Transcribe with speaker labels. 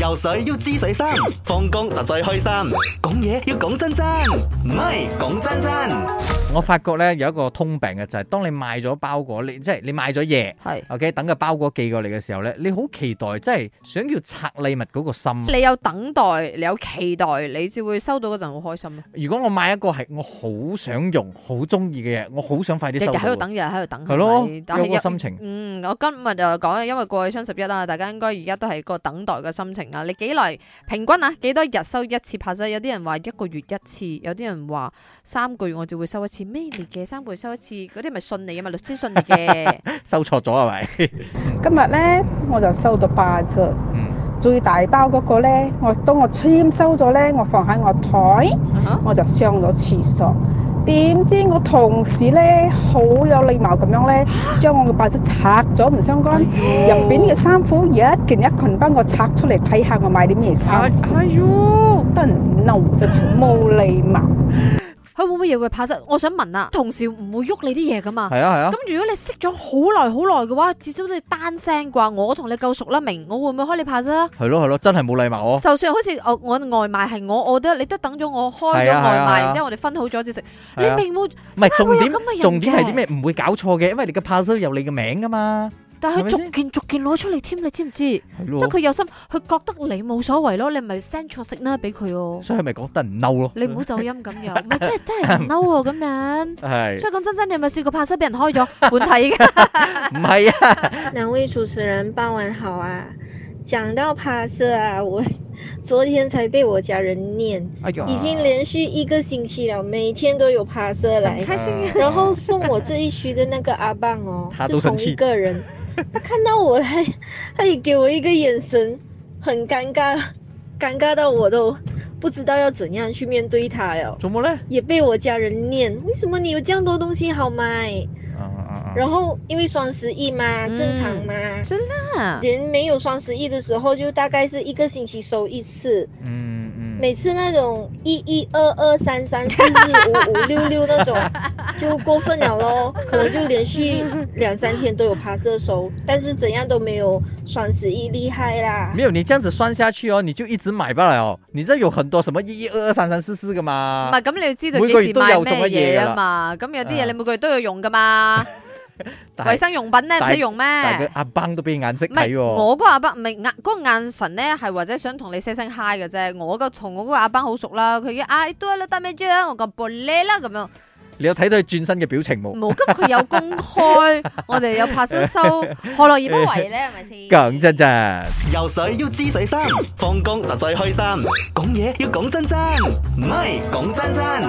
Speaker 1: 游水要知水深，放工就最開心。講嘢要講真真，唔係講真真。
Speaker 2: 我發覺咧有一個通病嘅就係、當你買咗包裹，你即係你買咗嘢
Speaker 3: 係
Speaker 2: ，OK，等個包裹寄過嚟嘅時候咧，你好期待，即係想要拆禮物嗰個心。
Speaker 3: 你有等待，你有期待，你至會收到嗰陣好開心咯。
Speaker 2: 如果我買一個係我好想用、好中意嘅嘢，我好想快啲
Speaker 3: 日日
Speaker 2: 收到。
Speaker 3: 喺度等，日日喺度等，
Speaker 2: 係咯，
Speaker 3: 係咪但
Speaker 2: 有
Speaker 3: 係
Speaker 2: 個
Speaker 3: 一
Speaker 2: 心情。
Speaker 3: 嗯，我今日就講，因為過去雙十一啦，大家應該而家都係個等待嘅心情啊。你幾耐平均啊？幾多日收一次拍西？有啲人話一個月一次，有啲人話三個月我就會收一次。咩嚟嘅？三個月收一次，嗰啲咪信你啊嘛，律師信你嘅。
Speaker 2: 收錯咗係 咪？
Speaker 4: 今日咧我就收到八隻，
Speaker 2: 嗯，
Speaker 4: 最大包嗰個咧，我當我簽收咗咧，我放喺我台，我就上咗廁所。點知我同事咧好有禮貌咁樣咧，
Speaker 2: 啊
Speaker 4: 將我嘅八隻拆咗唔相干，
Speaker 2: 哎
Speaker 4: 入邊嘅衫褲一件一裙幫我拆出嚟睇下我買啲咩衫。
Speaker 2: 哎呦，
Speaker 4: 真係 no，真係冇禮貌。
Speaker 3: 佢會唔會亦會拍西？我想問啊，同事唔會喐你啲嘢噶嘛？
Speaker 2: 係啊係啊
Speaker 3: 咁，如果你識咗好耐好耐嘅話，至少你單聲啩，我同你夠熟啦，明？我會唔會開你拍西啊？
Speaker 2: 係咯係咯，真係冇禮貌哦。
Speaker 3: 就算好似我我外賣係我我得，你都等咗我開咗
Speaker 2: 係啊係啊
Speaker 3: 外
Speaker 2: 係啊
Speaker 3: 賣，然之後我哋分好咗至食，你
Speaker 2: 係啊
Speaker 3: 明冇？
Speaker 2: 唔係
Speaker 3: 啊
Speaker 2: 重點
Speaker 3: 會有咁嘅人，
Speaker 2: 重點係
Speaker 3: 嘅
Speaker 2: 啲咩？唔會搞錯嘅，因為你嘅 parcel 有你嘅名㗎嘛。
Speaker 3: 但
Speaker 2: 係
Speaker 3: 係
Speaker 2: 咪
Speaker 3: 佢
Speaker 2: 先哦
Speaker 3: 逐件逐件攞出嚟添，你知唔知？即
Speaker 2: 係
Speaker 3: 係
Speaker 2: 咯，
Speaker 3: 佢有心，佢覺得你冇所謂咯，你咪 send 錯食啦俾佢哦。
Speaker 2: 所以咪講得人嬲咯。
Speaker 3: 你唔好走音咁 樣，唔係真係真係唔嬲啊咁樣。
Speaker 2: 係
Speaker 3: 所以講真真，你有冇試過拍西俾 人開咗本體嘅？
Speaker 2: 唔係啊？，
Speaker 5: 两位主持人，傍晚好啊！讲到趴色啊，我 昨天才被我家人念，
Speaker 3: 哎呦
Speaker 5: 已经连续一个星期了，每天都有趴色来。
Speaker 3: 开心啊
Speaker 5: 然后送我这一区的那个阿棒哦
Speaker 2: 他都
Speaker 5: 是
Speaker 2: 生
Speaker 5: 同
Speaker 2: 气
Speaker 5: 一 个人，他看到我还，他也给我一个眼神，很尴尬，尴尬到我都不知道要怎样去面对他了。
Speaker 2: 做冇咧？
Speaker 5: 也被我家人念，为什么你有这样多东西好买？
Speaker 2: 啊啊啊
Speaker 5: 然后因为双十一嘛，
Speaker 3: 嗯
Speaker 5: 正常嘛。
Speaker 3: 啊
Speaker 5: 人没有双十一的时候，就大概是一个星期收一次。
Speaker 2: 嗯嗯，
Speaker 5: 每次那种一一二二三三四四五五六六那种，就过分了咯。可能就连续两三天都有趴色收，但是怎样都没有双十一厉害啦
Speaker 2: 没。有你这样子算下去哦，你就一直买不了哦。你这有很多什么一一二二三三四四噶
Speaker 3: 唔
Speaker 2: 嘛？
Speaker 3: 係咁，你要知道
Speaker 2: 啊每
Speaker 3: 幾
Speaker 2: 個
Speaker 3: 時
Speaker 2: 月都
Speaker 3: 買
Speaker 2: 有做乜
Speaker 3: 咩
Speaker 2: 嘢
Speaker 3: 嘢
Speaker 2: 㗎啦
Speaker 3: 啊嘛？咁有啲嘢
Speaker 2: 啊
Speaker 3: 你每個月都要用噶嘛？
Speaker 2: 但係
Speaker 3: 衞生用品咧唔使用咩？
Speaker 2: 但係佢阿邦都俾眼色
Speaker 3: 唔係
Speaker 2: 睇喎。
Speaker 3: 我嗰個阿伯，唔係眼嗰個眼神咧，係或者想同你 say 聲 hi 嘅啫。我個同我嗰個阿伯好熟啦，佢已經嗌多啦，得咩啫？我個玻璃啦咁樣，
Speaker 2: 你有睇到佢轉身嘅表情冇？
Speaker 3: 冇咁佢有公開， 我哋有拍收收，何樂而不為咧？係咪先？
Speaker 2: 講真真。
Speaker 1: 游水要知水深，放工就最開心。講嘢要講真真，唔係講真真。